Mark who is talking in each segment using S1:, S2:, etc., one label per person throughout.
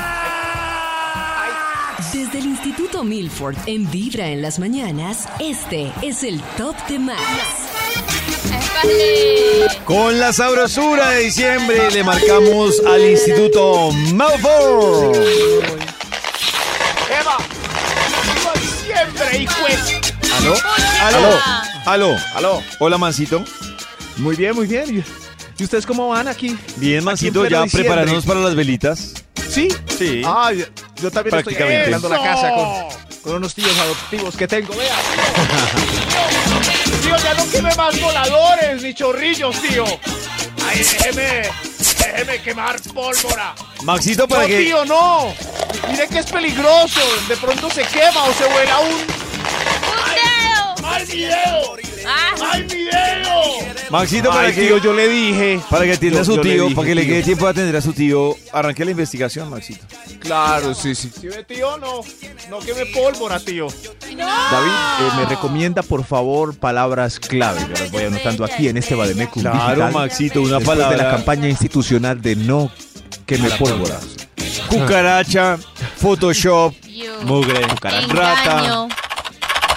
S1: Desde el Instituto Milford en Vibra en las mañanas, este es el Top de Más.
S2: Con la sabrosura de diciembre le marcamos al Instituto Malfoy.
S3: ¡Eva! ¡Viva siempre, y pues!
S2: ¿Aló? ¿Aló? ¿Aló? ¿Aló? Hola, Mancito.
S4: Muy bien, muy bien. ¿Y- ¿Y ustedes cómo van aquí?
S2: Bien, Mancito,
S4: pleno
S2: ya
S4: diciembre.
S2: preparándonos para las velitas.
S4: ¿Sí?
S2: Sí.
S4: Ah, yo, yo también estoy
S2: Prácticamente.
S4: arreglando la casa con, con unos tíos adoptivos que tengo. Vea,
S3: Tío, ya no queme más voladores ni chorrillos, tío. Ay, déjeme, déjeme quemar pólvora.
S2: Maxito, para
S3: No,
S2: que...
S3: Oh, tío, no. Mire que es peligroso. De pronto se quema o se vuela un.
S5: ¡Un dedo!
S3: ¡Ay, mi dedo!
S5: ¡Ah!
S3: ¡Ay, mi dedo!
S2: Maxito, para
S4: Ay,
S2: que...
S4: tío, yo le dije.
S2: Para que atienda a
S4: Yo-
S2: su
S4: yo le
S2: tío,
S4: dije,
S2: para que le
S4: tío.
S2: quede tiempo de atender a su tío. Arranque la investigación, Maxito.
S4: Claro, sí, sí.
S3: Si ve, tío, no. No queme pólvora, tío.
S4: David, eh,
S5: Ah.
S4: me recomienda, por favor, palabras clave. Yo las voy anotando aquí en este Bademecum
S2: Claro,
S4: digital,
S2: Maxito, una
S4: después
S2: palabra.
S4: de la campaña institucional de no que me pólvora.
S2: Cucaracha, Photoshop,
S5: You.
S2: mugre, rata.
S5: Engaño.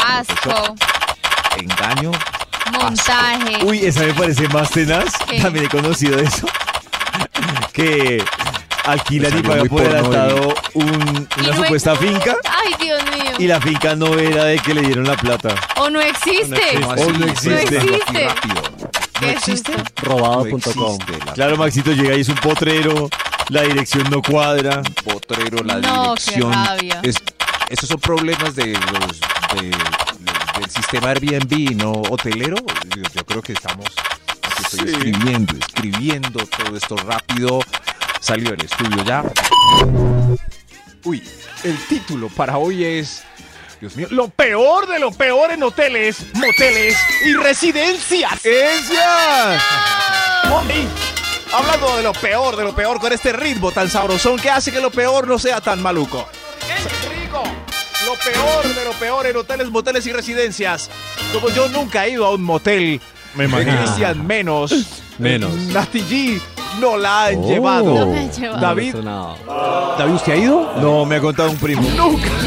S5: Asco.
S4: Engaño.
S5: Montaje.
S2: Uy, esa me parece más tenaz.
S5: ¿Qué?
S2: También he conocido eso. que alquilan
S4: Me
S2: y
S4: salió
S2: pagan
S4: muy
S2: por
S4: porno
S2: adelantado un-
S5: Y
S2: una
S5: no
S2: supuesta
S5: ex-
S2: finca
S5: Ay, Dios mío.
S2: y la finca no era de que le dieron la plata.
S5: O no existe.
S2: existe. Oh, no existe.
S5: No
S4: Aquí
S5: existe.
S4: rápido.
S5: ¿Qué existe?
S4: No
S6: robado.com.
S4: existe la
S2: Claro, Maxito llega y es un potrero, la dirección no cuadra.
S4: potrero, la
S5: No, qué
S4: dirección.
S5: rabia.
S4: Es- esos son problemas de los, de- los- del sistema Airbnb, no hotelero. Yo, yo creo que estamos aquí estoy escribiendo, escribiendo todo esto rápido. Salió del estudio ya. Uy, el título para hoy es. Dios mío,
S3: Lo peor de lo peor en hoteles, moteles y residencias.
S4: ¡Ella!
S3: Ay,
S4: Hablando de lo peor, de lo peor, con este ritmo tan sabrosón que hace que lo peor no sea tan maluco.
S3: ¡Qué rico!
S4: Lo peor de lo peor en hoteles, moteles y residencias. Como yo nunca he ido a un motel,
S2: Me
S4: Cristian menos.
S2: Menos.
S4: Nati G no la han
S6: Oh.
S5: No
S4: llevado.
S5: me han llevado.
S4: David,
S6: No.
S4: David, ¿usted ha ido?
S2: No, me ha contado un primo.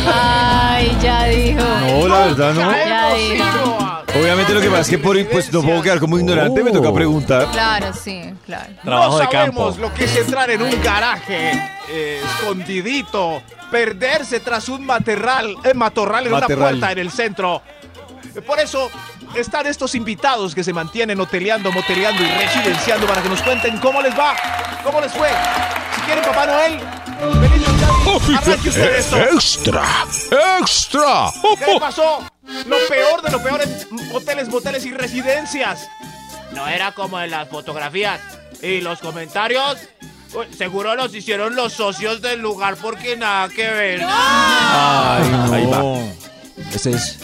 S5: Ay, ya dijo.
S2: No, la verdad no.
S5: Ya
S3: Hemos
S5: digo.
S3: ido a-
S2: Obviamente lo que pasa es que por, pues, no puedo quedar como ignorante, me
S4: Oh.
S2: toca preguntar.
S5: Claro, sí, claro.
S6: Trabajo
S3: no
S6: de campo.
S3: sabemos lo que es entrar en un garaje, eh, escondidito, perderse tras un materral, eh, matorral en
S2: Materral.
S3: una puerta en el centro. Por eso están estos invitados que se mantienen hoteleando, moteleando y residenciando para que nos cuenten cómo les va, cómo les fue. Si quieren Papá Noel, feliz Navidad. Arranque usted esto.
S4: ¡Extra!
S3: ¿Qué le pasó? Lo peor de lo peor es hoteles, moteles y residencias. No era como en las fotografías. Y los comentarios, Uy, seguro los hicieron los socios del lugar porque nada que ver.
S2: Ay, no.
S4: Ahí va. Ese es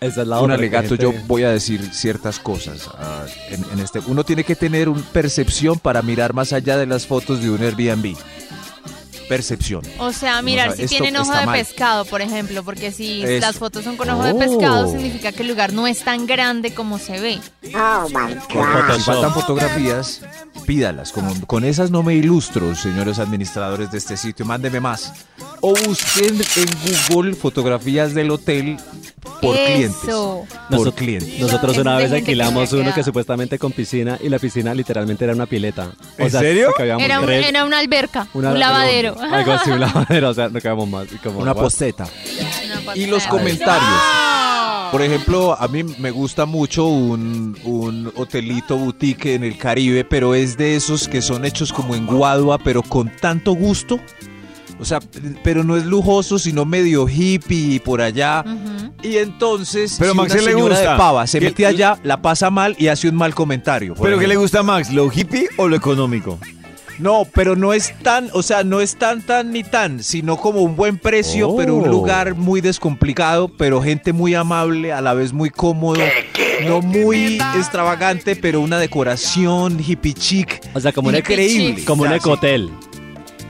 S6: Esa es la
S4: un
S6: otra,
S4: alegato.
S6: gente.
S4: Yo voy a decir ciertas cosas. ah, en, en este, uno tiene que tener una percepción para mirar más allá de las fotos de un Airbnb. Percepción.
S5: O sea, mirar
S4: sabe,
S5: si
S4: esto
S5: tienen ojo
S4: está
S5: de
S4: mal.
S5: pescado, por ejemplo, porque si
S4: Eso.
S5: las fotos son con ojo de
S6: Oh.
S5: pescado, significa que el lugar no es tan grande como se ve.
S4: Si faltan fotografías, pídalas. Con, con esas no me ilustro, señores administradores de este sitio. Mándeme más. O busquen en Google fotografías del hotel por clientes.
S5: Eso.
S4: Por
S6: Nosot-
S4: clientes.
S6: Nosotros
S5: Eso es
S6: una
S5: de
S6: vez
S5: gente que
S6: alquilamos
S5: se queda.
S6: uno que supuestamente con piscina y la piscina literalmente era una pileta. O
S2: ¿En
S6: sea,
S2: serio?
S6: que habíamos
S5: Era, un-
S6: tres-
S5: era una alberca,
S6: una-
S5: un lavadero.
S6: Algo así, un lavadero. O sea, no quedamos más. y como,
S4: Una
S6: what?
S4: posteta.
S5: Una
S4: Y los
S5: pasada.
S4: comentarios. Por ejemplo, a mí me gusta mucho un, un hotelito boutique en el Caribe, pero es de esos que son hechos como en Guadua, pero con tanto gusto. O sea, pero no es lujoso, sino medio hippie y por allá.
S5: Ujú.
S4: Y entonces,
S2: Pero
S4: si
S2: Maxi
S4: una
S2: le
S4: señora
S2: gusta.
S4: de pava se
S2: ¿Qué-
S4: mete allá, la pasa mal y hace un mal comentario. por
S2: ¿Pero qué le
S4: ejemplo.
S2: gusta a Max? ¿Lo hippie o lo económico?
S4: No, pero no es tan, o sea, no es tan, tan ni tan, sino como un buen precio,
S6: Oh.
S4: pero un lugar muy descomplicado, pero gente muy amable, a la vez muy cómodo. no muy extravagante, pero una decoración hippie chic.
S6: O sea, como un, eco-
S4: Increíble.
S6: como un
S4: Ya, sí.
S6: ecotel.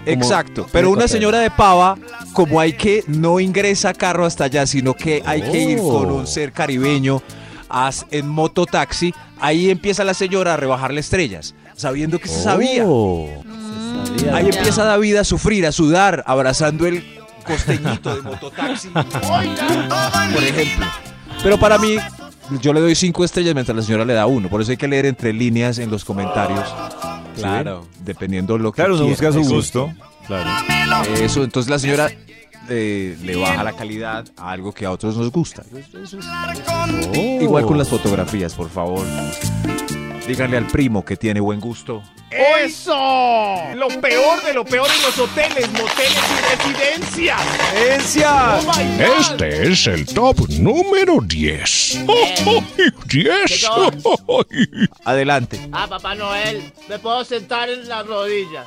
S4: Exacto.
S6: como
S4: Pero
S6: un
S4: una
S6: hotel.
S4: señora de pava, como hay que, no ingresa carro hasta allá, sino que hay que ir con un ser caribeño as- en mototaxi, ahí empieza la señora a rebajarle estrellas, sabiendo que se sabía.
S6: Oh.
S5: Ya.
S4: Ahí empieza David a sufrir, a sudar, abrazando el costeñito de mototaxi. por ejemplo. Pero para mí, yo le doy cinco estrellas mientras la señora le da uno. Por eso hay que leer entre líneas en los comentarios. ¿sí?
S6: Claro.
S4: Dependiendo lo que
S2: Claro, se
S4: quiera.
S2: busca su
S4: Eso.
S2: gusto. Claro.
S4: Eso, entonces la señora eh, le baja la calidad a algo que a otros nos gusta. Eso es- Igual con las fotografías, por favor. Díganle al primo que tiene buen gusto.
S3: ¡Eso! Lo peor de lo peor en los hoteles, moteles y residencias.
S4: ¡Encia!
S3: ¡Oh, my God!
S7: Este es el top número 10. ¡10!
S4: Adelante.
S3: Ah, Papá Noel, me puedo sentar en las rodillas.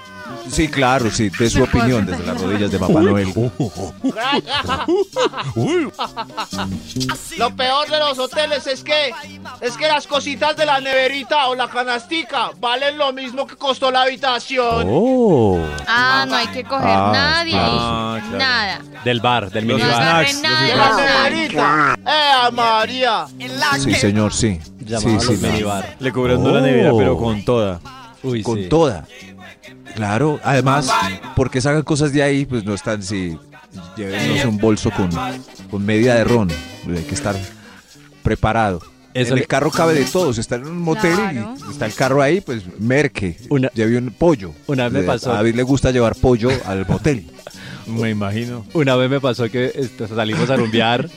S4: Sí, claro, sí. De su opinión, desde las rodillas de Papá Noel.
S3: Lo peor de los hoteles es que es que las cositas de la neverita o la canastica valen lo mismo que costó la habitación.
S6: Oh.
S5: Ah, no hay que coger
S4: Ah,
S5: nadie.
S4: claro, sí, claro.
S5: Nada.
S6: Del bar, del
S5: No
S2: Los
S6: minibar.
S5: agarren
S2: snacks,
S5: nada.
S3: De la
S5: nada.
S3: neverita. ¡Eh, María!
S4: Sí, señor, sí. Sí,
S6: Llamado
S4: sí,
S6: los
S4: me-
S6: minibar.
S2: Le cobrando la nevera,
S4: Oh.
S2: pero con toda.
S6: Uy,
S4: con
S6: sí.
S4: toda. Claro, además, porque sacan cosas de ahí, pues no están si llévenos un bolso con, con media de ron. Hay que estar preparado.
S6: Eso
S4: en
S6: le-
S4: el carro cabe de todo. Si está en un motel
S5: Claro.
S4: y está el carro ahí, pues merque.
S6: Una-
S4: Lleve un pollo.
S6: una vez me
S4: Le-
S6: pasó.
S4: A David le gusta llevar pollo al motel.
S2: Me imagino.
S6: Una vez me pasó que este, salimos a rumbear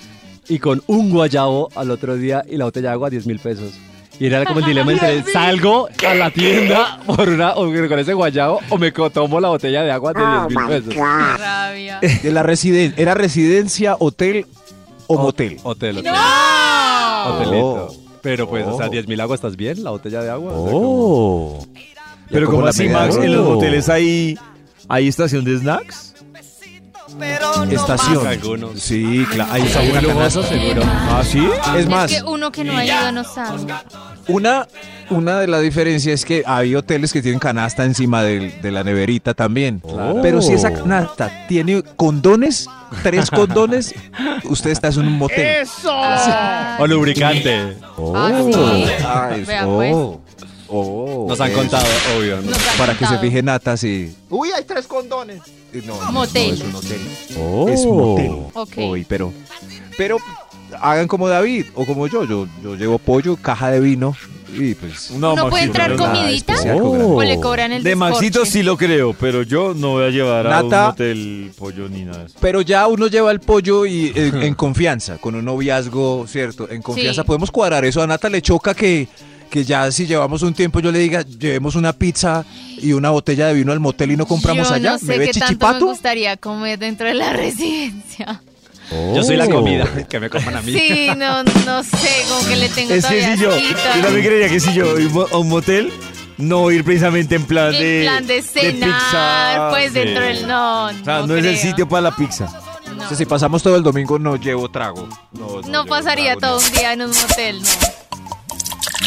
S6: y con un guayabo al otro día y la botella de agua 10 mil pesos. Y era como el dilema entre salgo a la tienda por una, o con ese guayabo o me co- tomo la botella de agua de 10 mil pesos.
S5: Qué rabia.
S4: De la residen- ¿Era residencia, hotel o motel?
S6: Hotel, hotel.
S5: ¡No!
S6: Hotelito.
S4: Oh.
S6: Pero pues, o sea,
S4: Oh.
S6: 10 mil agua, ¿estás bien? La botella de agua. O sea, como-
S2: Oh. Pero
S4: como
S2: como
S4: la
S2: así,
S4: media
S2: Max,
S4: de
S2: en los
S4: oro.
S2: hoteles hay, hay estación de snacks.
S4: Estación.
S6: Algunos.
S4: Sí, claro. Ahí está
S6: Abuelo
S4: una
S6: Bozo,
S4: canasta.
S6: seguro.
S2: ¿Ah, sí?
S4: Es más,
S5: Es que uno que no ha ido no sabe.
S4: Una, una de las diferencias es que hay hoteles que tienen canasta encima del- de la neverita también.
S6: Claro. Oh.
S4: Pero si esa canasta tiene condones, tres condones, usted está en un motel.
S3: ¡Eso!
S5: Ah,
S6: O lubricante.
S2: Oh.
S5: ah, sí.
S4: Ay,
S5: Vea,
S4: oh, oh,
S6: Nos han
S4: eso.
S6: contado, obvio. ¿no?
S5: Nos han
S4: Para que se
S5: contado.
S4: fije Nata, sí.
S3: Uy, hay tres condones.
S4: Eh, No, no,
S5: Motel.
S4: no, es un hotel.
S2: Oh.
S4: Es un hotel.
S5: Ok.
S4: Uy, pero, pero hagan como David o como yo. Yo, yo llevo pollo, caja de vino y pues...
S2: No,
S5: ¿No puede entrar
S2: no, nada
S5: comidita?
S4: especial con
S2: Oh.
S4: gran-
S5: O le cobran el
S2: De Maxito
S5: descorche.
S2: sí lo creo, pero yo no voy a llevar a
S4: Nata.
S2: un hotel pollo ni nada de eso.
S4: Pero ya uno lleva el pollo y eh, en confianza, con un noviazgo, ¿cierto? En confianza
S5: Sí.
S4: podemos cuadrar eso. A Nata le choca que, que ya si llevamos un tiempo yo le diga, llevemos una pizza y una botella de vino al motel y no compramos
S5: Yo
S4: allá.
S5: No sé
S4: ¿Me ve
S5: qué tanto me
S4: chichipato?
S5: gustaría comer dentro de la residencia.
S6: Yo soy la
S2: Oh.
S6: comida. Que me coman a mí.
S5: Sí, no, no sé, como que le tengo
S2: Es que
S5: todavía
S2: si yo,
S5: asquito.
S2: yo también creería que si yo voy mo- a un motel, no voy a ir precisamente en plan
S5: En
S2: de.
S5: plan de cenar,
S2: pizza,
S5: pues
S2: de-
S5: dentro del no.
S2: O sea, no, es el
S5: creo.
S2: sitio para la pizza.
S5: No,
S4: O sea, si pasamos todo el domingo no llevo trago. No, no
S5: No
S4: llevo
S5: pasaría
S4: trago,
S5: todo un día en un motel, no.
S4: no.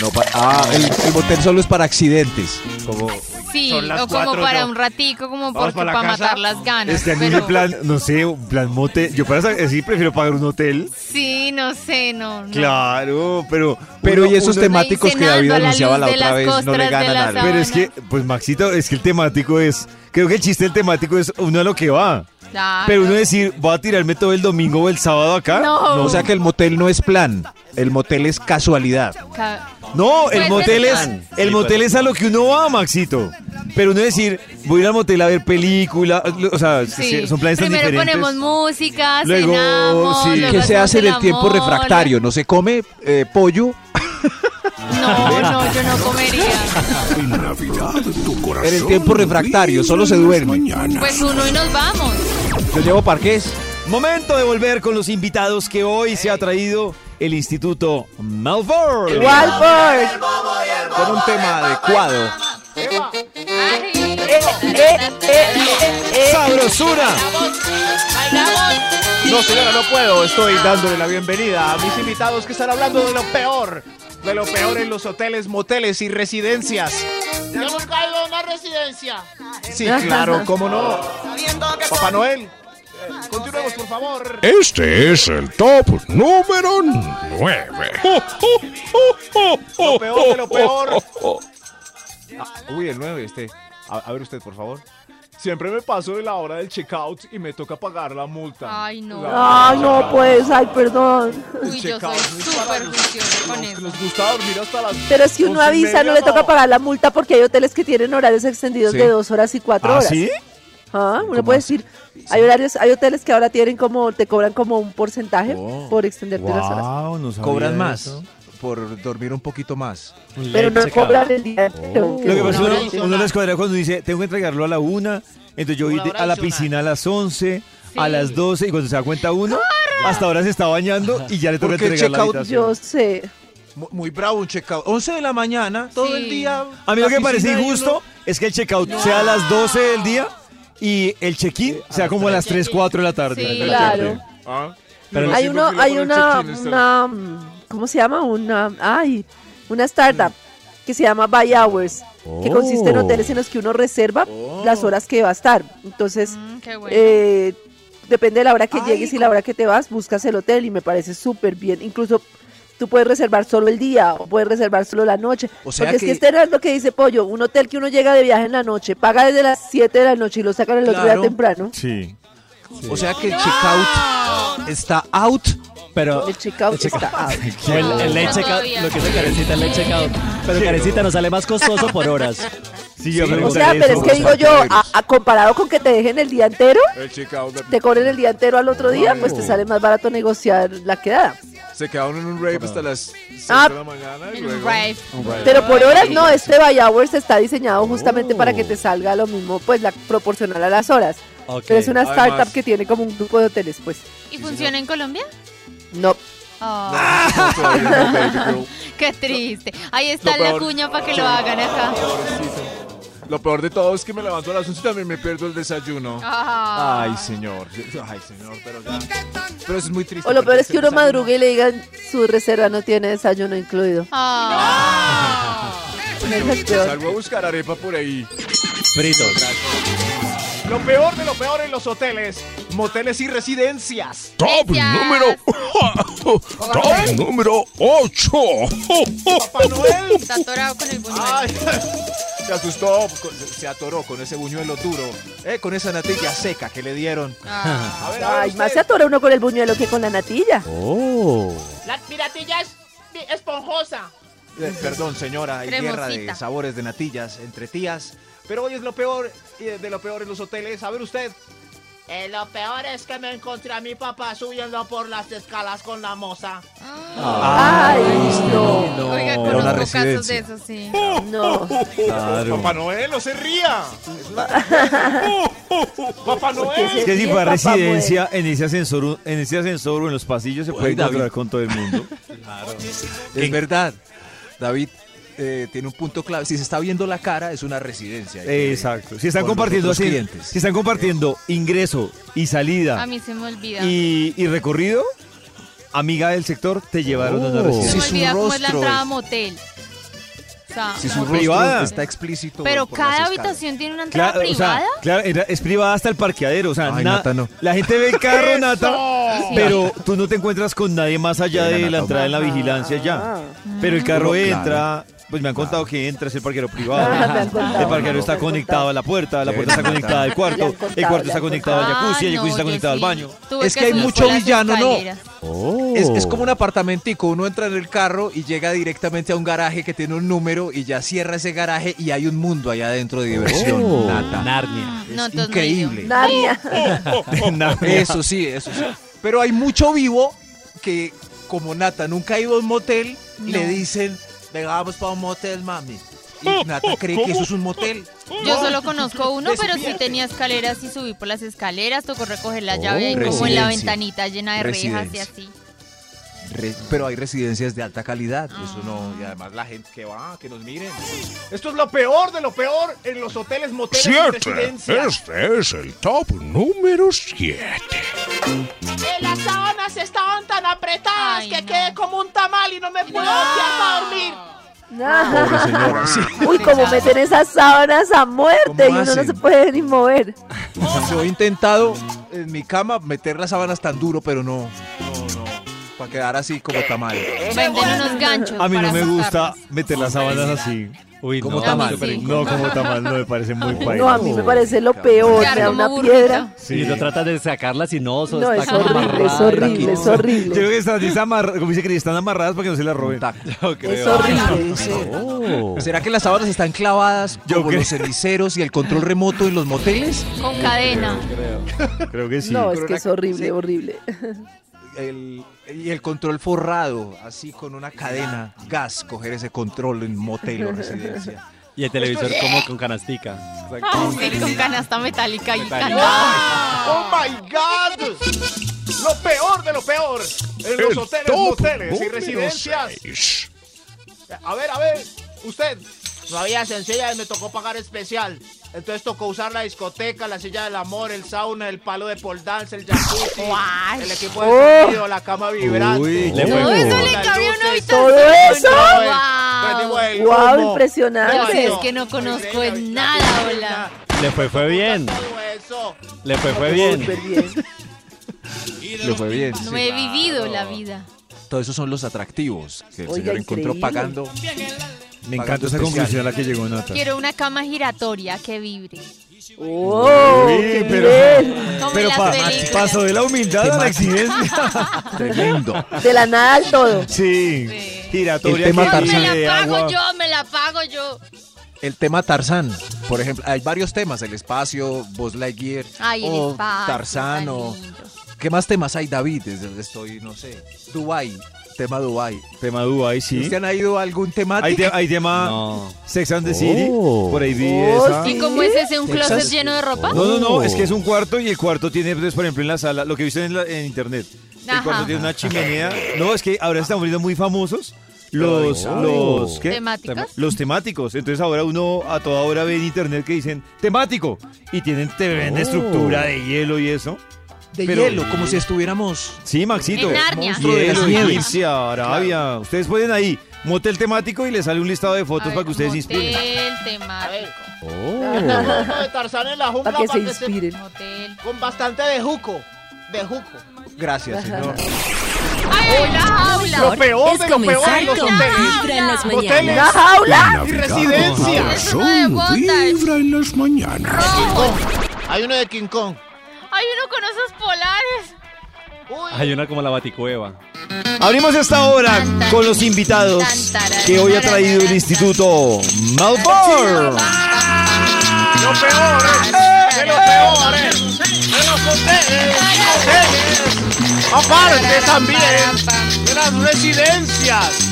S4: No pa- ah, el, el motel solo es para accidentes. Como,
S5: Sí,
S3: Son las
S5: o como
S3: cuatro,
S5: para
S3: yo.
S5: un ratico, como
S3: ¿Vamos pa'
S5: porque
S3: la
S5: para,
S3: casa?
S5: matar las ganas.
S2: Este Es que a mí
S5: pero-
S2: en plan, no sé, un plan motel. Yo para sa- sí prefiero pagar un hotel.
S5: Sí, no sé, no. no.
S2: Claro, pero.
S4: pero
S2: uno-
S4: y esos
S2: uno-
S4: temáticos que
S5: cenando
S4: David
S5: a la
S4: anunciaba
S5: luz
S4: la
S5: de
S4: otra
S5: las
S4: vez no
S5: costras
S4: le
S5: de
S4: ganan
S5: la
S4: a
S2: Pero
S5: sábana.
S2: es que, pues Maxito, es que el temático es. Creo que el chiste del temático es uno a lo que va.
S5: Claro.
S2: Pero uno decir, ¿va a tirarme todo el domingo o el sábado acá?
S5: No.
S4: O sea que el motel no es plan, el motel es casualidad.
S5: Ca-
S2: No,
S5: Pues,
S2: el motel
S5: pero-
S2: es el motel
S4: pues.
S2: es a lo que uno va, Maxito. Pero uno decir, voy a ir al motel a ver película, o sea,
S5: Sí.
S2: son planes tan
S5: Primero
S2: diferentes.
S5: ponemos música,
S2: Luego,
S5: cenamos,
S2: sí.
S5: luego
S4: ¿Qué se
S5: hacemos
S4: hace en el tiempo
S5: amor.
S4: refractario? No se come eh, pollo.
S5: No, no, yo no comería.
S7: En Navidad, tu corazón.
S4: En el tiempo refractario, solo se duerme.
S7: Mañana.
S5: Pues uno y nos vamos.
S4: Yo llevo parqués.
S2: Momento de volver con los invitados que hoy se ha traído el Instituto Malford.
S4: Con un tema adecuado.
S5: Ay.
S2: Sabrosura.
S3: No, señora, no puedo. Estoy dándole la bienvenida a mis invitados que están hablando de lo peor de lo peor en los hoteles, moteles y residencias.
S8: Yo nunca he ido a una residencia.
S3: Sí, claro, cómo no. Papá Noel, eh, continuemos, por favor.
S7: Este es el top número 9.
S3: Lo peor de lo peor. Ah,
S4: Uy, el 9, este. A, a ver usted, por favor.
S3: Siempre me paso de la hora del checkout y me toca pagar la multa.
S5: Ay, no.
S3: La-
S9: Ah, no, pues, ay, perdón.
S5: Uy, yo soy
S3: checkout no es para
S5: súper
S3: los-
S5: juiciosa con
S3: los que
S5: eso.
S3: les gusta dormir hasta las.
S9: Pero es que uno
S3: once y
S9: avisa, no
S3: media,
S9: le toca pagar la multa porque hay hoteles que tienen horarios extendidos
S4: Sí.
S9: de dos horas y cuatro horas.
S2: ¿Así?
S9: Ah, uno
S4: ¿Cómo
S9: puede
S4: así?
S9: decir, hay horarios, hay hoteles que ahora tienen como, te cobran como un porcentaje por extenderte las horas.
S2: Wow, no sabía
S4: Cobran más
S2: eso.
S4: por dormir un poquito más.
S9: Pero no
S6: Checkout.
S9: cobran el día. entero, que
S2: Oh. Lo que
S9: es
S2: pasa
S9: una
S2: es
S9: hora
S2: que uno,
S9: adicional.
S2: uno les cuadra cuando dice, tengo que entregarlo a la una, entonces yo voy
S8: Una
S2: de-
S8: hora
S2: a la
S8: adicional.
S2: piscina a las 11, a
S5: Sí.
S2: las 12, y cuando se da cuenta uno, hasta ahora se está bañando y ya le toca
S4: Porque el
S2: entregar la
S4: checkout-
S2: habitación.
S9: Yo sé.
S4: Mu- Muy, bravo un checkout. 11 de la mañana, todo
S5: Sí.
S4: el día.
S2: A mí lo
S4: la
S2: que me parece
S4: piscina y
S2: injusto es que el checkout sea a las 12 del día y el check-in sea como a las 3, 4 de la tarde.
S5: Sí.
S9: Claro.
S3: Ah,
S2: Pero
S3: no
S9: hay
S3: sé
S9: uno,
S3: por qué le
S9: hay
S3: ponen
S9: una,
S3: check-in esto.
S9: una, mm, ¿cómo se llama? Una, ay, una startup que se llama Buy Hours, que consiste
S4: Oh.
S9: en hoteles en los que uno reserva las horas que va a estar. Entonces,
S5: Mm, qué bueno.
S9: eh, depende de la hora que llegues y la hora que te vas, buscas el hotel y me parece súper bien. Incluso tú puedes reservar solo el día o puedes reservar solo la noche.
S4: O sea
S9: Porque
S4: que-
S9: es que este es lo que dice Pollo, un hotel que uno llega de viaje en la noche, paga desde las 7 de la noche y lo sacan el otro día
S4: Claro.
S9: temprano.
S2: Sí.
S4: O sea que el checkout está out.
S6: Pero
S9: El checkout está out.
S6: o el, el late
S5: No,
S6: checkout,
S5: todavía.
S6: lo que es carecita, el late checkout. Pero carecita nos sale más costoso por horas.
S2: Sí, yo
S9: O
S2: preguntaría
S9: sea, pero
S2: eso.
S9: es que digo yo, a- a comparado con que te dejen el día entero,
S3: El checkout de-
S9: te cobren el día entero al otro día, pues te sale más barato negociar la quedada.
S3: Se quedaron en un rave hasta las 6
S9: Ah.
S3: de la mañana y
S5: En un
S3: luego.
S5: rave.
S9: Pero por horas no, este Buy Hours está diseñado justamente para que te salga lo mismo, pues la proporcional a las horas.
S6: Ok.
S9: Pero es una
S3: Además-
S9: startup que tiene como un grupo de hoteles, pues.
S5: ¿Y funciona en Colombia?
S9: No.
S5: Ah, qué triste. Ahí está
S3: Lo
S5: la
S3: peor.
S5: cuña para que lo hagan acá.
S3: Lo peor de todo es que me levanto a las 11 y también me pierdo el desayuno.
S5: Ah.
S3: Ay, señor. Ay, señor, pero ya. Pero eso es muy triste.
S9: O lo peor es que uno
S3: Desayuno.
S9: madruga y le digan su reserva no tiene desayuno incluido.
S5: Ah.
S9: Eso es peor.
S3: Salgo a buscar arepa por ahí.
S6: Fritos.
S3: Lo peor de lo peor en los hoteles, moteles y residencias.
S7: Top
S5: Gracias.
S7: número. Top número 8.
S3: Papá Noel.
S5: Está atorado con el buñuelo.
S3: Ay, se asustó, con- se atoró con ese buñuelo duro, eh, con esa natilla seca que le dieron.
S5: Ah.
S3: A ver, a ver
S9: Ay,
S3: usted.
S9: más se atora uno con el buñuelo que con la natilla.
S8: La piratilla es pi- esponjosa.
S3: Eh, Perdón, señora, hay guerra de
S5: Cremosita.
S3: sabores de natillas entre tías. Pero hoy es lo peor eh, de lo peor en los hoteles. A ver usted.
S8: Eh, lo peor es que me encontré a mi papá subiendo por las escalas con la moza.
S9: Ay, no.
S5: Oiga,
S4: Era una
S5: conozco casos
S4: residencia.
S5: de esos, sí.
S9: No.
S3: Papá Noel, no se ría. Es la- Papá
S2: Es
S3: Noel.
S2: que si
S9: Sí,
S2: fue a
S9: papá,
S2: residencia, en ese ascensor, en ese ascensor o en los pasillos se puede
S4: David.
S2: encontrar con todo el mundo.
S4: Es verdad. David eh, tiene un punto clave. Si se está viendo la cara, es una residencia. Hay que-
S2: Exacto. Si están
S4: Con los
S2: compartiendo
S4: otros
S2: así-
S4: clientes.
S2: si están compartiendo ingreso y
S5: A
S4: Ah.
S2: salida
S5: mí se me olvida.
S2: y, y recorrido, amiga del sector, te llevaron a una
S4: Oh.
S5: se
S2: residencia.
S4: si
S5: me
S4: su
S5: olvida cómo es la
S4: rostro
S5: entrada a
S4: es-
S5: motel. O sea,
S4: Si su
S5: no,
S4: rostro
S2: Privada.
S4: está explícito.
S5: pero
S4: por las
S5: cada
S4: escalas.
S5: habitación tiene una entrada
S2: Claro, o sea,
S5: privada.
S2: claro, era- es privada hasta el parqueadero. O sea,
S4: Ay,
S2: na-
S4: Nata, no.
S2: la gente ve el carro, Nata,
S5: Sí.
S2: pero tú no te encuentras con nadie más allá
S4: Sí,
S2: de
S4: Nata,
S2: la
S4: no.
S2: entrada en la vigilancia
S9: Ah.
S2: ya. Pero el carro
S4: Claro.
S2: entra, pues me han contado que entra, es el parqueadero privado.
S9: Ah, me han contado,
S2: El parqueadero
S9: me
S2: está
S9: han contado.
S2: conectado a la puerta, la
S4: Sí,
S2: puerta está
S4: Nata.
S2: conectada al
S9: Le han
S2: cuarto, el
S9: contado, Ah,
S2: cuarto
S9: le
S2: está
S9: han
S2: conectado al jacuzzi, el
S5: Ah, no,
S2: jacuzzi está
S5: yo
S2: conectado al
S5: sí.
S2: baño.
S5: Tuve
S4: Es que hay
S5: subir
S4: mucho
S5: por las
S4: villano, ¿no?
S5: escaleras.
S4: Es,
S2: Oh.
S4: es como un apartamentico, uno entra en el carro y llega directamente a un garaje que tiene un número y ya cierra ese garaje y hay un mundo allá adentro de diversión.
S2: Oh.
S4: Nata.
S6: Narnia.
S5: Ah, No,
S4: Es
S5: entonces no he ido.
S4: increíble.
S9: Narnia.
S4: Eso sí, eso sí. Pero hay mucho vivo que, como Nata nunca ha ido a un motel, le dicen, venga, vamos para un motel, mami.
S2: Oh,
S4: Y Nata cree que eso es un motel.
S5: Yo solo conozco uno, pero sí tenía escaleras y subí por las escaleras, tocó recoger la
S4: Oh,
S5: llave como en la
S4: residencia.
S5: ventanita llena de rejas y
S4: Residencia.
S5: así.
S4: Re- pero hay residencias de alta calidad.
S2: Ah.
S4: Eso no.
S3: Y además la gente que va, que nos miren. Esto es lo peor de lo peor en los hoteles, moteles y
S7: 7.
S3: residencias.
S7: Este es el top número 7.
S8: Eh, las sábanas estaban tan apretadas
S5: Ay,
S8: que
S5: no.
S8: quedé como un tamal y no me pude voltear para dormir.
S9: Ajá.
S4: señora.
S9: Ah. Uy, como meten esas sábanas a muerte y
S4: ¿Cómo
S9: uno no se
S4: hacen?
S9: puede ni mover.
S4: Yo he intentado en mi cama meter las sábanas tan duro, pero no. No, no. Para quedar así como tamal.
S5: Venden unos ganchos.
S2: A mí no
S5: para
S2: me gusta
S5: amarrarlas.
S2: meter las sábanas así. Uy,
S4: Como
S2: no.
S4: tamal.
S5: A mí sí.
S2: No, como tamal, no me parece muy paila.
S9: No, a mí me parece lo peor, me
S5: Claro,
S9: da
S5: como
S9: una
S5: burrito.
S9: piedra.
S6: Y no tratas de sacarlas y no, eso
S9: No,
S6: está
S9: es
S6: como
S9: horrible, es
S6: amarrado.
S9: horrible, es
S2: Yo
S9: horrible.
S2: creo que están, están amarra- como dice Cris, están amarradas para que no se las roben.
S9: Es horrible.
S6: Oh.
S4: ¿Será que las sábanas están clavadas
S2: Yo
S4: como
S2: creo-
S4: los ceniceros y el control remoto en los moteles?
S5: Con cadena.
S2: Creo que sí.
S9: No, es
S4: Pero
S9: que
S4: la-
S9: es horrible,
S4: sí.
S9: horrible.
S4: El- y el control forrado, así con una cadena, gas, coger ese control en motel o residencia.
S6: Y el televisor como con canastica.
S5: Ah, Sí, con canasta metálica y
S6: Metálica.
S5: candado.
S3: ¡Oh, my God! Lo peor de lo peor. En los
S7: El
S3: hoteles,
S7: top
S3: moteles y
S7: número
S3: residencias.
S7: seis.
S3: A ver, a ver. Usted. No había sencilla y me tocó pagar especial. Entonces tocó usar la discoteca, la silla del amor, el sauna, el palo de pole dance, el jacuzzi,
S5: Guay.
S3: el equipo de sonido, la cama vibrante.
S2: Uy, le
S5: Todo
S2: fue.
S5: eso le
S3: Las
S5: cabía a
S3: luces,
S5: una habitación.
S9: ¿Todo eso?
S5: ¡Wow!
S9: Wow,
S5: Pero si
S9: impresionante.
S5: es que no conozco en nada, hola.
S6: Le fue, fue bien.
S3: Todo eso.
S6: Le fue, fue bien.
S9: Súper bien.
S4: Le fue bien.
S5: No
S4: sí.
S5: he vivido la vida.
S4: Todos esos son los atractivos que el
S9: Oiga,
S4: señor encontró
S9: increíble.
S4: pagando.
S2: Me encanta esa conclusión a la que llegó Nata.
S5: Quiero una cama giratoria que vibre.
S4: Oh,
S9: ¡Wow!
S2: Uy,
S9: ¡Oh, ¡Qué
S2: pero-
S9: nivel!
S5: Como
S2: Pero
S5: en las
S2: pa-
S5: películas.
S2: pasó de la humildad a la exigencia.
S4: Tremendo.
S9: De la nada al todo.
S2: Sí.
S5: Sí.
S2: Giratoria
S6: Este
S4: El tema
S2: que-
S5: Eh, Yo
S4: Tarzán.
S5: me
S2: de
S5: la pago
S2: agua.
S5: yo, me la pago yo.
S4: El tema Tarzán, por ejemplo, hay varios temas, el espacio, Buzz Lightyear,
S5: Ay, el
S2: Oh,
S4: o
S5: espacio.
S4: Tarzán,
S5: tan
S4: o-
S5: lindo.
S4: ¿Qué más temas hay, David? Es- Estoy, no sé, Dubai, tema Dubai.
S2: Tema Dubai, sí.
S4: ¿Cristian ha ido a algún temático?
S2: Hay, te- hay tema
S6: No.
S2: Sex and the City. Por ahí vi
S9: Oh,
S2: esa.
S5: ¿Y cómo es ese? ¿Un closet lleno de ropa?
S2: No, no, no, es que es
S4: Oh.
S2: un cuarto y el cuarto tiene, pues, por ejemplo, en la sala, lo que viste en, la- en internet. El
S5: Ajá.
S2: cuarto tiene una chimenea. No, es que ahora se están volviendo muy famosos los, los, ¿qué?
S5: ¿Temáticos?
S2: Tema- Los temáticos. Entonces ahora uno a toda hora ve en internet que dicen temático y tienen te venden
S4: Oh.
S2: estructura de hielo y eso.
S4: de
S2: pero-
S4: hielo, como si estuviéramos...
S2: Sí, Maxito.
S5: En Narnia.
S2: Hielo,
S4: de las nieves.
S2: Egipcia, Arabia. Ustedes ponen ahí motel temático y les sale un listado de
S5: A
S2: fotos
S5: ver,
S2: para que ustedes se inspiren.
S5: Motel temático.
S3: Uno de Tarzán en la jungla
S9: Para que se
S3: pa' que se-
S9: inspiren.
S5: Motel.
S3: con bastante de juco. De juco.
S4: Gracias, señor.
S5: ¡Ay, ay, la
S3: Lo
S5: jaula!
S3: peor
S1: es
S3: de lo peor
S1: comenzar
S3: en los
S1: con
S3: hoteles.
S1: Vibra en las
S3: Hoteles.
S1: mañanas.
S9: ¡La jaula!
S3: Y residencia.
S5: Eso no me
S7: Son
S5: gusta.
S7: vibra en las mañanas.
S3: Hay uno de King Kong.
S5: ¡Ay, uno con esos polares!
S3: Uy,
S6: Hay una como la baticueva.
S2: Abrimos esta hora con los invitados que hoy ha traído el Instituto Malbor.
S3: lo peor es. De lo peor es. De los hoteles. hoteles. eh, Aparte también de las residencias.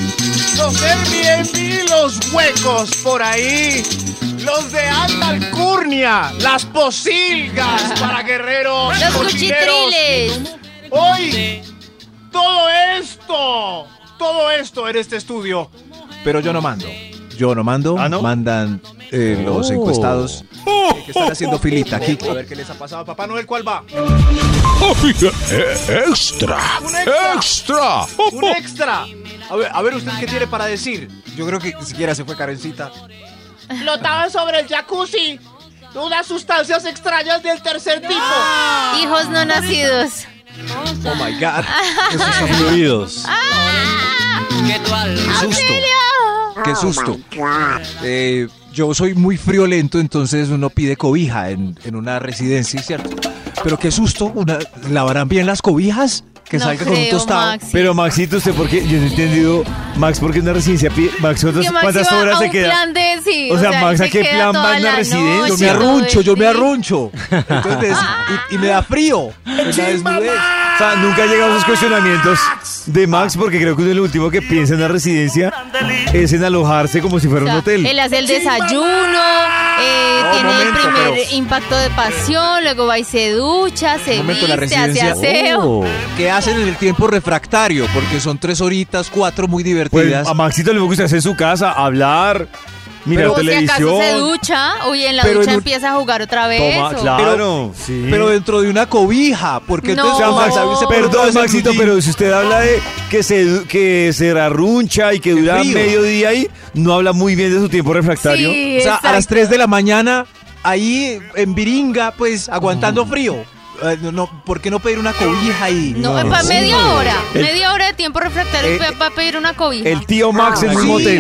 S3: Los Airbnb, los huecos por ahí. Los de alta alcurnia. Las posilgas para guerreros.
S5: ¡Los
S3: cochineros.
S5: cuchitriles!
S3: Hoy, todo esto, todo esto en este estudio.
S4: Pero yo no mando. Yo no mando.
S2: ¿Ah, no? Oh.
S4: Mandan eh, los encuestados que están haciendo filita aquí. A ver qué les ha
S3: Pasado Papá Noel, ¿cuál va?
S7: Ay, eh, ¡Extra! ¡Extra!
S3: Un extra. A ver, a ver usted qué tiene para decir.
S4: Yo creo que ni siquiera se fue Karencita.
S8: Flotaba sobre el jacuzzi. Unas sustancias extrañas del tercer tipo.
S5: Hijos no nacidos.
S4: Oh my God.
S6: Fluidos.
S4: Qué susto. Qué susto. Eh, yo soy muy friolento, entonces uno pide cobija en, en una residencia, ¿cierto? Pero qué susto. Una, ¿Lavarán bien las cobijas? Que
S5: No
S4: salga con un
S5: creo,
S4: tostado.
S5: Maxi.
S2: Pero Maxito, ¿usted por qué? Yo no he entendido. Max, ¿por qué una residencia? pi- Max, ¿cuántas,
S5: Que Maxi
S2: cuántas
S5: va
S2: horas
S5: a
S2: se
S5: un
S2: queda?
S5: plan de sí,
S2: O sea,
S5: él
S2: Max, ¿a
S5: se
S2: qué
S5: queda
S2: plan va
S5: toda
S2: en una
S5: la
S2: residencia?
S5: noche,
S4: Yo me
S5: todo
S4: arruncho,
S5: el
S4: yo me
S5: día.
S4: arruncho. Entonces, y, y me da frío. Me la desnudez.
S2: O sea, nunca he llegado a esos cuestionamientos de
S5: Ah.
S2: Max porque creo que uno lo último que piensa en una residencia es en alojarse como si fuera
S5: O sea,
S2: un hotel.
S5: Él hace el desayuno, eh,
S4: No,
S5: tiene
S4: momento,
S5: el primer
S4: pero-
S5: impacto de pasión, luego va y se ducha, se
S4: momento, la
S5: viste, hace
S4: residencia-
S5: aseo.
S2: Oh,
S4: ¿Qué hacen en el tiempo refractario? Porque son tres horitas, cuatro muy
S2: Pues
S4: divertidas.
S2: a Maxito le gusta hacer en su casa, hablar, mirar
S5: o si acaso
S2: televisión.
S5: se ducha, uy, en la
S4: Pero
S5: ducha
S4: en un-
S5: empieza a jugar otra vez.
S2: Toma,
S5: o-
S2: claro, sí.
S4: Pero dentro de una cobija, porque
S5: No.
S4: entonces
S5: O sea,
S4: Max
S5: Max,
S4: David se pone todo
S2: Perdón,
S4: ese
S2: Maxito,
S4: blue jean.
S2: pero si usted habla de que se, du- que se arruncha y que dura
S4: frío.
S2: medio día ahí, no habla muy bien de su tiempo refractario.
S5: Sí,
S4: O sea, a las
S5: exacto.
S4: 3 de la mañana, ahí en Viringa, pues aguantando
S2: Mm.
S4: frío. Eh, no, no, ¿Por qué no pedir una cobija ahí?
S5: No,
S2: No,
S5: para
S2: sí.
S5: media hora.
S2: El-
S5: media hora de tiempo refractario
S2: Eh,
S5: para pedir una cobija.
S2: El tío Max en un
S4: sí.
S2: motel. El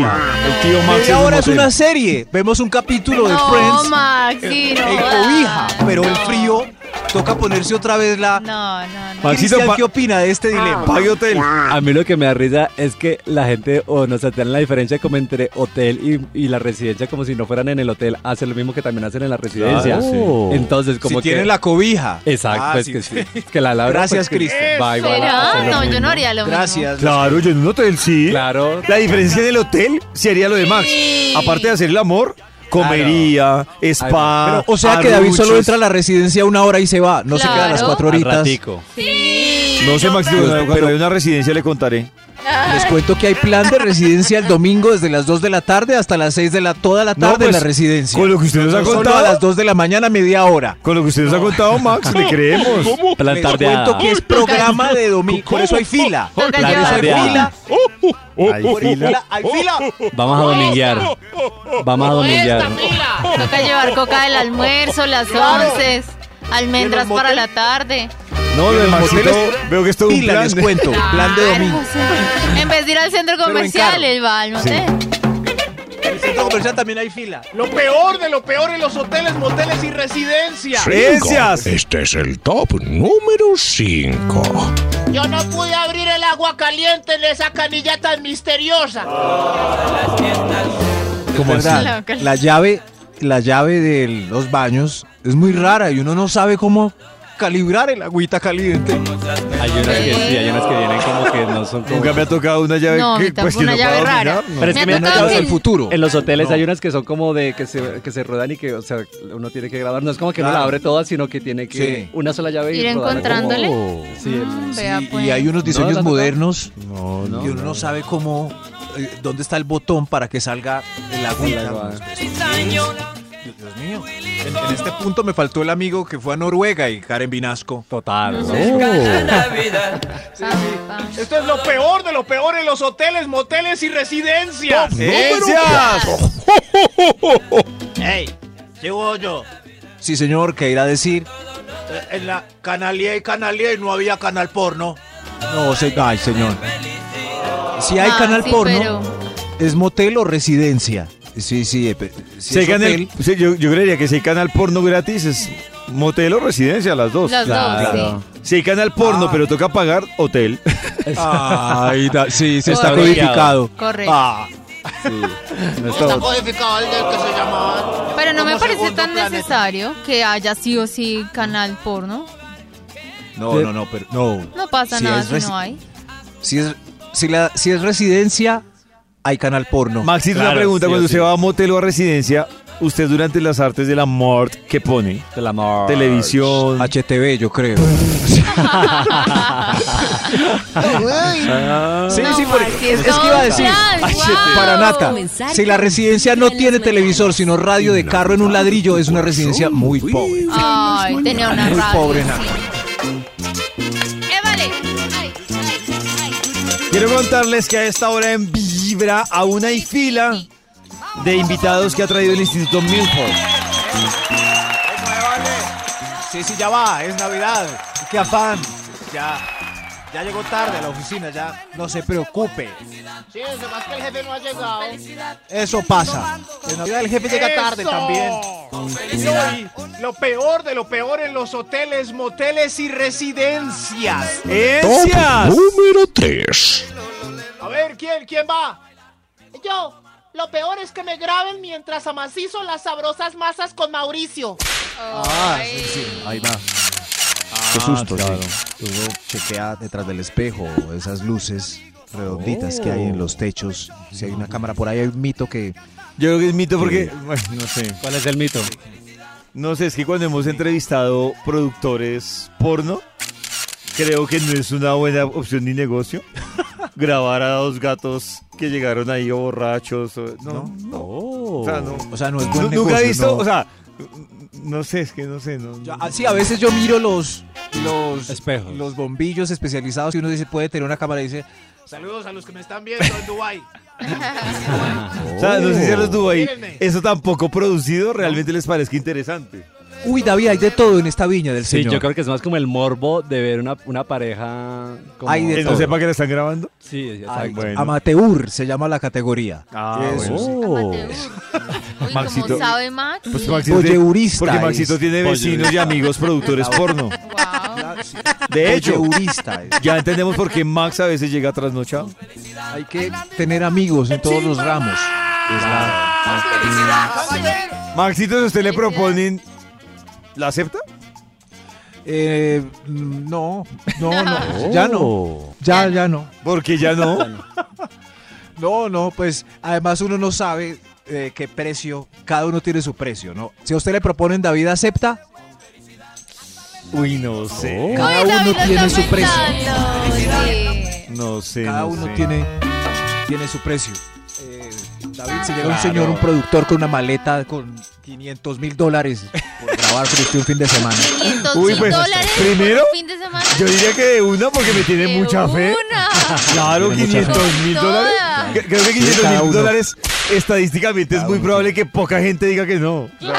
S2: tío Max
S4: Media
S2: en un
S4: hora es
S2: motel.
S4: una serie. Vemos un capítulo de
S5: no,
S4: Friends
S5: Maxi, no.
S4: en cobija, pero el frío toca ponerse otra vez la.
S5: No, no, no.
S2: Maxi,
S4: Cristian,
S2: pa-
S4: ¿qué opina de este dilema?
S2: Pague hotel.
S6: A mí lo que me da risa es que la gente o nos saltean la diferencia como entre hotel y, y la residencia, como si no fueran en el hotel. Hacen lo mismo que también hacen en la residencia. Oh.
S2: Claro, sí.
S6: Entonces, como
S4: si
S6: que.
S4: tienen la cobija.
S2: Eh,
S6: Exacto,
S4: Ah,
S6: pues
S4: sí.
S6: que sí. Es que la labra.
S4: Gracias,
S6: pues, que
S4: Cristian.
S6: va igual a
S5: ¿Será?
S6: hacer
S5: ah,
S6: lo
S5: No, yo
S6: mismo.
S5: no haría lo mismo.
S4: Gracias.
S2: Claro, yo en un hotel sí.
S6: Claro.
S2: La diferencia en el hotel sería lo de Max.
S5: Sí.
S2: Aparte de hacer el amor, comería, spa.
S4: Pero, o sea que David solo
S2: arruches.
S4: entra a la residencia una hora y se va. No se queda las
S5: Claro.
S4: cuatro
S6: Al
S4: horitas.
S6: ratico.
S5: Sí.
S2: No sé, Max, pero
S4: Pero-
S2: cuando hay una residencia le contaré.
S4: Les cuento que hay plan de residencia el domingo desde las 2 de la tarde hasta las 6 de la toda la
S2: No,
S4: tarde en la
S2: pues,
S4: residencia.
S2: con lo que usted nos ha
S4: Solo
S2: contado.
S4: a las 2 de la mañana media hora.
S2: Con lo que usted nos ha contado, Max, le creemos.
S7: ¿Cómo?
S6: Plan
S4: Les
S6: tardeada.
S2: ah.
S4: cuento que es programa de domingo. Por eso hay fila.
S5: Toca
S4: Por eso hay
S5: llevar.
S4: fila.
S2: Hay
S4: Por eso hay fila.
S2: oh,
S4: Hay fila.
S6: Vamos a dominguear. Vamos a dominguear.
S5: Toca llevar coca del almuerzo, las once, almendras
S4: Y en los
S5: para la
S4: moteles-
S5: tarde.
S2: No, lo de
S4: los
S2: Maxito,
S4: moteles-
S2: veo que es todo un
S4: Fila,
S2: plan.
S4: les cuento. Plan de domingo.
S5: Claro, sí. En vez de ir al centro
S4: Pero en
S5: comercial,
S4: carro.
S5: él va al motel.
S4: En el centro comercial también hay fila.
S3: Lo peor de lo peor en los hoteles, moteles y residencias.
S2: Gracias.
S7: Este es el top número 5.
S8: Yo no pude abrir el agua caliente en esa canilla tan misteriosa.
S4: Como
S5: verdad. Loco.
S4: La llave, la llave de los baños es muy rara y uno no sabe cómo calibrar el agüita caliente.
S6: Hay unas que sí, hay unas que vienen como que no son como.
S2: Nunca me ha tocado una llave
S5: No, a mí
S2: que, pues,
S5: tampoco,
S2: que
S5: una
S2: no
S5: llave
S2: pueda
S5: rara.
S2: dominar, no.
S6: Pero es
S5: Me
S6: que
S5: ha
S6: me han
S5: tocado
S6: tocado
S5: que-
S4: del futuro.
S6: En los hoteles hay unas que son como de que se, que se rodan y que, o sea, uno tiene que grabar. No es como que uno
S4: Claro.
S6: la abre toda, sino que tiene que
S4: Sí.
S6: una sola llave y
S5: Ir
S6: rodarla
S2: Oh,
S5: encontrándole.
S6: como- Sí, el-
S5: Mm,
S4: Sí,
S5: vea, pues.
S4: y hay unos diseños
S6: no, no.
S4: modernos
S2: No,
S4: y uno no sabe cómo, eh, dónde está el botón para que salga el agüita. Dios mío. En, en este punto me faltó el amigo que fue a Noruega y Karen Vinasco.
S6: Total.
S5: pues.
S3: Esto es lo peor de lo peor en los hoteles, moteles y residencias.
S2: ¡Gracias!
S3: Ey, sigo yo.
S4: Sí, señor, que irá a decir.
S3: Eh, En la canalía y canalía y no había canal porno.
S4: No, se, ay, señor. Si hay
S5: Ah,
S4: canal
S5: sí,
S4: porno,
S5: pero-
S4: ¿es motel o residencia? Sí, sí. eh, pe- si
S2: Se
S4: es
S2: gana el-
S4: hotel,
S2: se- yo, yo creería que si hay canal porno gratis es motel o residencia, las dos.
S5: Las
S6: Claro.
S5: dos,
S2: Si hay canal porno,
S4: Ah.
S2: pero toca pagar hotel.
S4: Ay, da- sí, se está
S6: Correcto.
S4: codificado.
S5: sí. Correcto.
S4: Ah,
S6: No es
S8: Está
S6: todo.
S8: codificado el del que se llamaba.
S5: Pero no me
S8: como
S5: parece
S8: segundo
S5: tan
S8: planeta.
S5: necesario que haya sí o sí canal porno.
S4: no, no, no, pero no.
S5: No pasa
S4: Si
S5: nada
S4: es
S5: si
S4: resi-
S5: no hay.
S4: Si es, si la, si es residencia, hay canal porno.
S2: Maxi, una
S6: Claro,
S2: pregunta.
S6: sí o
S2: Cuando
S6: sí.
S2: usted va a motel o a residencia, usted durante las artes de la mort, ¿qué pone?
S6: El amor.
S2: Televisión.
S4: Ah, HTV, yo creo. Ah.
S2: Ah.
S4: sí,
S5: No,
S4: sí, porque
S5: Maxi,
S4: es,
S5: es
S4: es que iba a decir,
S5: total,
S4: ay,
S5: guau.
S4: para Nata, si la residencia no tiene televisor, sino radio de carro en un ladrillo, es una residencia muy pobre.
S5: Ay, tenía una
S4: Muy
S5: radio,
S4: pobre,
S5: sí.
S4: Nata.
S5: Eh, vale. Ay, ay, ay.
S2: Quiero contarles que a esta hora en Vibra aún hay fila de invitados que ha traído el Instituto Milford.
S4: Sí, sí, ya va, es Navidad. Qué afán. Ya, ya llegó tarde a la oficina, ya no se preocupe.
S8: Sí, eso más que el jefe no ha llegado.
S4: Eso pasa. En Navidad el jefe llega tarde también.
S3: No, y lo peor de lo peor en los hoteles, moteles y residencias.
S2: Eh.
S7: Top
S2: ¡Gracias!
S7: número 3.
S3: A ver, ¿quién, quién va?
S8: Yo, lo peor es que me graben mientras amacizo las sabrosas masas con Mauricio.
S4: Ah, sí, sí, ahí va. Qué
S2: Ah,
S4: susto, sí. Uno chequea detrás del espejo esas luces redonditas que hay en los techos. Pues, Si hay una cámara por ahí, hay un mito que...
S2: Yo creo que es mito porque, bueno, no sé.
S6: ¿Cuál es el mito?
S2: No sé, es que cuando hemos entrevistado productores porno, creo que no es una buena opción ni negocio grabar a dos gatos que llegaron ahí o borrachos. o- no, no.
S4: O sea, no, o sea, no es buen
S2: Nu-
S4: negocio.
S2: Oh. Nunca he visto,
S4: no.
S2: o sea, no sé, es que no sé. No,
S4: Yo- ah, sí, a veces yo miro los, los
S6: Espejos.
S4: los bombillos especializados y uno dice, puede tener una cámara y dice,
S3: Saludos a los que me están viendo en Dubái.
S2: O sea, no sé si a los Dubai
S3: Mírenme.
S2: eso tampoco producido realmente les parezca interesante.
S4: uy, David, hay de todo en esta viña del
S6: Sí,
S4: señor.
S6: yo creo que es más como el morbo de ver una, una pareja. Como...
S4: Ay, de
S2: Que
S4: Eso.
S2: no sepa que la están grabando.
S6: Sí, exacto.
S4: Ay,
S2: bueno.
S4: Amateur se llama la categoría.
S2: Ah,
S4: Eso sí.
S5: Amateur. Uy,
S2: Maxito.
S5: ¿cómo sabe Max?
S2: Pues Maxito
S4: Voyeurista
S2: Porque
S4: es.
S2: Maxito tiene vecinos y amigos productores porno.
S5: Wow.
S2: De hecho,
S4: Voyeurista es.
S2: ya entendemos por qué Max a veces llega trasnochado.
S4: Hay que tener amigos en todos los ramos. Es la-
S2: Maxito, si usted le proponen, ¿la acepta?
S4: Eh, no, no, no, ya
S2: Oh.
S4: no, ya, ya no.
S2: Porque ya no.
S4: No, no, pues además uno no sabe eh, qué precio, cada uno tiene su precio, ¿no? Si a usted le proponen David acepta,
S2: Uy, no sé.
S4: cada uno tiene su precio.
S2: No sé.
S4: Cada
S2: no
S4: uno
S2: sé.
S4: tiene, tiene su precio. Eh, David, si llega un señor, un productor con una maleta con 500 mil dólares por grabar frente un fin de semana.
S5: 500
S2: Uy, pues,
S5: dólares
S2: primero,
S5: por fin de semana.
S2: Yo diría que de una porque me tiene
S5: De
S2: mucha fe.
S5: una.
S2: Claro,
S4: Tiene mucha
S2: 500 mil
S5: Con
S2: dólares.
S5: toda.
S2: Cre- Creo que 500
S4: cada
S2: mil
S4: uno.
S2: dólares estadísticamente es muy probable que poca gente diga que no.
S3: Yo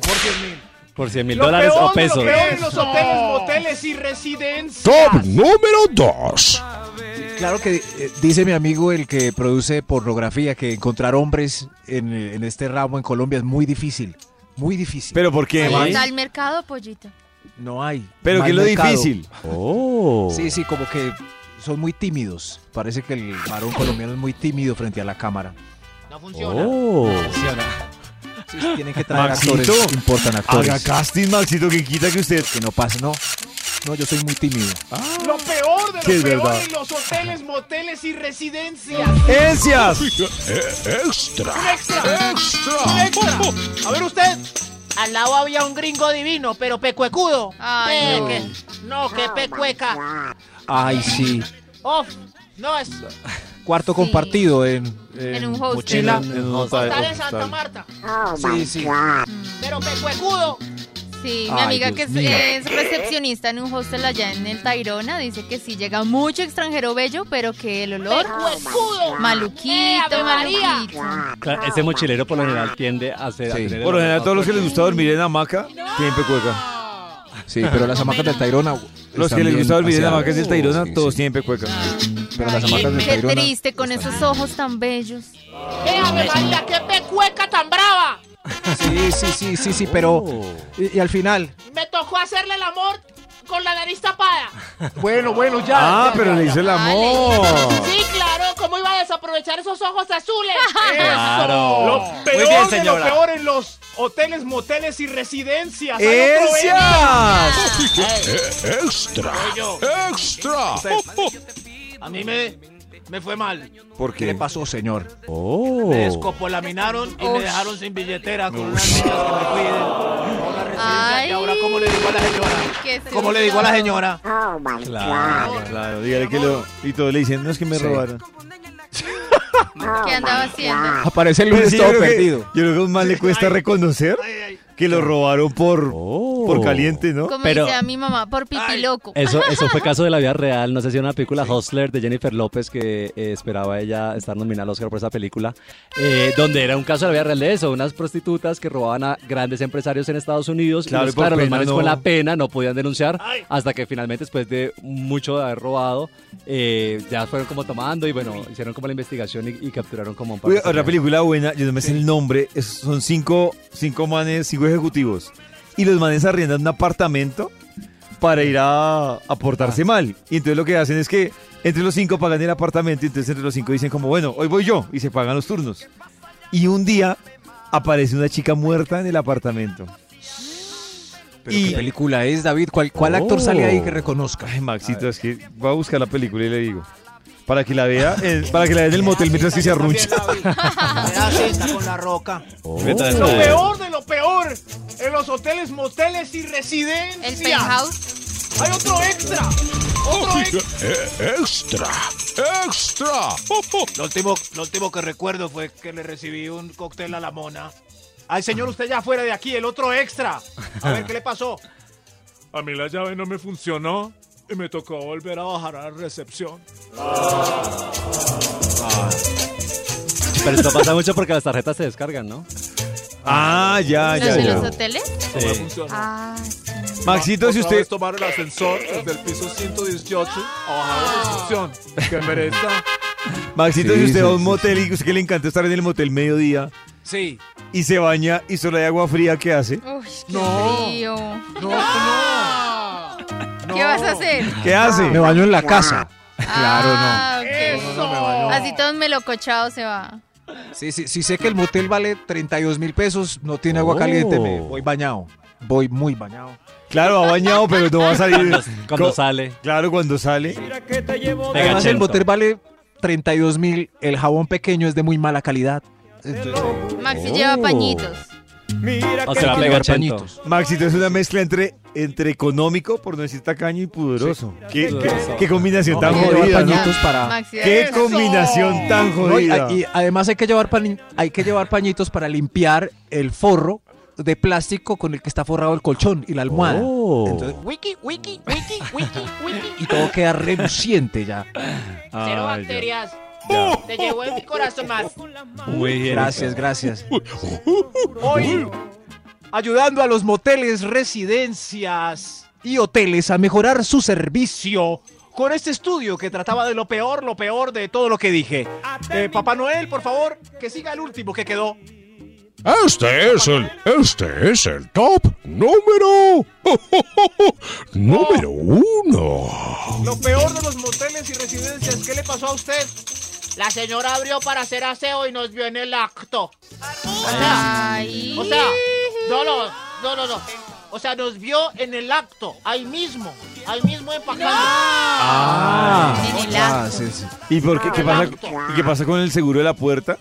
S3: por 10 mil.
S6: Por 100 mil
S3: Lo
S6: dólares
S3: peor
S6: o
S3: de
S6: pesos.
S3: Lo peor en los hoteles, moteles y residencias.
S7: Top número 2.
S4: Claro que eh, dice mi amigo el que produce pornografía que encontrar hombres en, eh, en este ramo en Colombia es muy difícil. Muy difícil.
S2: Pero ¿por qué,
S5: Ahí
S2: Max?
S5: está el mercado, pollito.
S4: no hay.
S2: Pero
S4: Mal
S2: que es lo
S4: mercado.
S2: difícil.
S4: Sí, sí, como que son muy tímidos. Parece que el varón colombiano es muy tímido frente a la cámara.
S3: No funciona.
S2: Oh.
S4: Sí, tienen que traer
S2: Maxito,
S4: actores, importan actores.
S2: Haga casting, Maxito, que quita que usted.
S4: Que no pasa, no. No, yo soy muy tímido.
S3: Lo peor de lo
S2: Sí, es
S3: peor
S2: verdad.
S3: en los hoteles, moteles y residencias.
S2: ¡Encias!
S7: Extra.
S3: Un extra. Un extra. A ver usted. Al lado había un gringo divino, pero pecuecudo.
S5: Ay,
S3: Pe- que- no, que pecueca.
S4: Ay, sí.
S3: Off. No es.
S4: Cuarto
S5: Sí.
S4: compartido en, eh,
S5: En un hostel.
S4: mochila.
S5: En
S3: Está de Santa Marta.
S4: Sí, sí.
S3: Pero pecuecudo.
S5: Sí, mi
S4: Ay,
S5: amiga
S4: Dios
S5: que es,
S4: mío.
S5: es recepcionista en un hostel allá en el Tairona dice que sí llega mucho extranjero bello, pero que el olor
S3: Pecuecudo. Eh,
S5: maluquito,
S3: Ave María.
S5: maluquito.
S6: Claro, ese mochilero por lo general tiende a ser. a
S4: Sí.
S6: tener el
S2: Por lo general,
S6: olor
S2: todos los que les
S6: fuerte.
S2: gusta dormir en hamaca tienen pecueca.
S4: Sí, pero las hamacas del Tairona.
S2: Los
S4: están
S2: que les
S4: bien
S2: gusta dormir en
S4: aseadas.
S2: hamacas del Tairona,
S4: Sí,
S2: todos
S4: sí.
S2: tienen pecueca.
S4: Pero las hamacas del
S5: Qué
S4: Tairona.
S5: triste con esos ojos tan bellos.
S3: Eh, Ave María, qué pecueca tan brava.
S4: Sí, sí, sí, sí, sí, pero. Y, y al final.
S3: Me tocó hacerle el amor con la nariz tapada.
S4: Bueno, bueno, ya.
S2: Ah, pero le hizo el amor.
S3: Sí, claro, ¿cómo iba a desaprovechar esos ojos azules?
S6: Claro.
S3: Lo peor
S6: Muy bien,
S3: de lo
S6: señora.
S3: peor en los hoteles, moteles y residencias. Al otro
S2: ¡Encias!
S7: Extra. Extra.
S3: end, A mí me, me fue mal.
S4: ¿Por qué? le pasó, señor?
S3: Me
S2: Oh.
S3: descopolaminaron y me
S5: Ush.
S3: dejaron sin billetera con unas niñas que me cuiden. Ahora residencia,
S5: Ay.
S3: ¿y ahora cómo le digo a la señora?
S5: Qué
S3: ¿Cómo le digo a la
S5: tristado.
S3: señora?
S2: Claro, Ah, claro, dígale que lo. Y todos le dicen, no es que me
S4: Sí.
S2: robaron.
S5: ¿Qué andaba haciendo?
S4: Aparece el
S2: Pero
S4: lunes
S2: sí, yo,
S4: todo
S2: creo que, yo
S4: perdido.
S2: creo que a un man le cuesta reconocer
S3: Ay, ay.
S2: que lo robaron por,
S6: Oh.
S2: por caliente, ¿no?
S5: Como
S6: Pero-
S5: dice a mi mamá, por pipi loco.
S6: Eso, eso fue caso de la vida real. No sé si era una película Hustler de Jennifer López que eh, esperaba ella estar nominada al Oscar por esa película, eh, donde era un caso de la vida real de eso, unas prostitutas que robaban a grandes empresarios en Estados Unidos.
S2: Claro,
S6: y los,
S2: y por
S6: claro, los
S2: pena
S6: manes
S2: no.
S6: con la pena no podían denunciar
S3: Ay.
S6: hasta que finalmente después de mucho de haber robado eh, ya fueron como tomando y bueno hicieron como la investigación y, y capturaron como un par
S2: Oye,
S6: de
S2: otra
S6: personas.
S2: película buena, yo no me sé el nombre, es- son cinco, cinco manes, cinco ejecutivos. Y los manes arriendan un apartamento para ir a, a portarse
S4: Ah.
S2: mal. Y entonces lo que hacen es que entre los cinco pagan el apartamento y entonces entre los cinco dicen como, bueno, hoy voy yo y se pagan los turnos. Y un día aparece una chica muerta en el apartamento.
S4: Pero
S2: Y- Oh.
S4: ¿Qué película es, David? ¿Cuál, cuál actor sale ahí que reconozca?
S2: Ay, Maxito, es que voy a buscar la película y le digo. Para que la vea, eh, para que la vea en el motel mientras que se arruncha.
S3: Me da cita con la roca.
S2: Oh.
S3: Lo
S2: Lo
S3: peor de lo peor en los hoteles, moteles y
S5: El
S3: residencias.
S5: penthouse.
S3: Hay otro extra. Otro extra.
S7: Extra. ¡Extra! ¡Oh, oh!
S3: Lo último, lo último que recuerdo fue que le recibí un cóctel a la mona. Ay, señor, usted ya fuera de aquí, el otro extra. A ver, ¿qué le pasó? A mí la llave no me funcionó y me tocó volver a bajar a la recepción.
S6: Pero esto pasa mucho porque las tarjetas se descargan, ¿no?
S2: Ah, ya,
S5: ¿Los
S2: ya,
S5: de
S2: ya.
S5: los hoteles?
S3: No me funcionó.
S5: Ah, sí.
S2: Maxito, si
S3: Otra
S2: usted...
S3: vez tomar el ascensor desde el piso 118 a bajar a la recepción. Que merezca.
S2: Maxito,
S4: Sí,
S2: si usted
S4: sí,
S2: va a un
S4: sí,
S2: motel y usted que le encanta estar en el motel mediodía
S3: Sí.
S2: y se baña y solo hay agua fría, ¿qué hace?
S5: Uy, qué
S3: No.
S5: frío.
S3: No, no.
S5: ¿Qué vas a hacer?
S2: ¿Qué hace?
S4: Ah, Me baño en la casa.
S5: Claro, no.
S3: No me baño.
S5: Así todo melocochado se va.
S4: Sí, sí, sí, sé que el motel vale 32 mil pesos, no tiene agua
S6: Oh.
S4: caliente, me voy bañado. Voy muy bañado.
S2: Claro, ha bañado, pero no va a salir.
S6: Cuando
S2: Co-
S6: sale.
S2: Claro, cuando sale.
S6: pega
S4: Además, el
S6: chelto.
S4: motel vale 32 mil, el jabón pequeño es de muy mala calidad. Entonces,
S5: Maxi
S6: Oh.
S5: lleva pañitos.
S6: O se va a
S4: hay que
S6: pegar
S4: llevar
S6: chento.
S4: pañitos.
S2: Maxito es una mezcla entre, entre económico, por no decir tacaño, y pudoroso. ¿Qué, qué- qué combinación tan
S4: Hay que llevar
S2: jodida, ¿no?
S4: pañitos para...
S5: Maxi
S2: ¿Qué
S5: debe-
S2: combinación tan
S4: No, y,
S2: jodida?
S4: y además hay que, llevar pañi- hay que llevar pañitos para limpiar el forro de plástico con el que está forrado el colchón y la almohada.
S6: Oh.
S4: Entonces,
S8: Wiki, wiki, wiki, wiki, wiki.
S4: y todo queda reluciente ya.
S8: Cero
S6: Ay, ya.
S8: bacterias. Te llevo en mi corazón más.
S6: Muy bien.
S4: Gracias, gracias.
S3: Hoy,
S4: ayudando a los moteles, residencias y hoteles a mejorar su servicio.
S3: con este estudio que trataba de lo peor, lo peor de todo lo que dije. Eh, Papá Noel, por favor, que siga el último que quedó.
S7: Este es el, este es el top número, número uno.
S3: Lo peor de los moteles y residencias. ¿Qué le pasó a usted?
S8: La señora abrió para hacer aseo y nos vio en el acto.
S5: Ay.
S8: O sea, no, no, no, no, no. O sea, nos vio en el acto, ahí mismo, ahí mismo empacando.
S4: Ah,
S5: En el acto.
S4: sí, sí.
S2: ¿Y por qué? ¿Qué pasa, y qué pasa con el seguro de la puerta?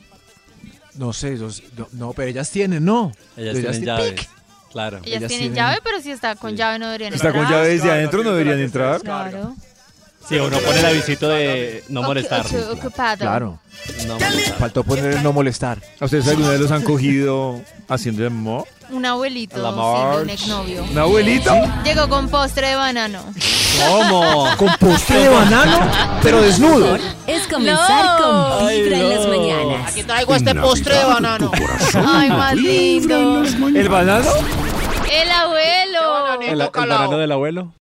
S4: No sé, yo- no, no, pero ellas tienen, ¿no.
S6: Ellas tienen llave. Claro.
S5: Ellas,
S4: ellas
S5: tienen
S4: tienen-
S5: llave, pero si está con llave no deberían
S2: Está con
S5: entrar.
S2: llave desde adentro, no deberían entrar.
S5: Claro.
S6: Sí, uno pone el avisito de no molestar.
S5: Ocu- ocupado.
S4: Claro.
S6: No molestar.
S4: Faltó poner no molestar.
S2: ¿A ustedes alguna vez los han cogido haciendo el mo?
S5: Un abuelito,
S6: La
S5: sí,
S6: March.
S5: de un exnovio.
S2: ¿Un abuelito?
S5: Llegó con postre de banano.
S6: ¿Cómo?
S4: Con postre de banano, pero desnudo.
S1: Es comenzar
S5: No.
S1: con Vibra en las
S6: Ay, no.
S1: mañanas.
S8: Aquí traigo este postre de banano.
S5: Ay, más lindo.
S2: ¿El banano?
S5: El abuelo.
S8: Qué
S6: ¿El, el
S8: Bacalao.
S6: banano del abuelo?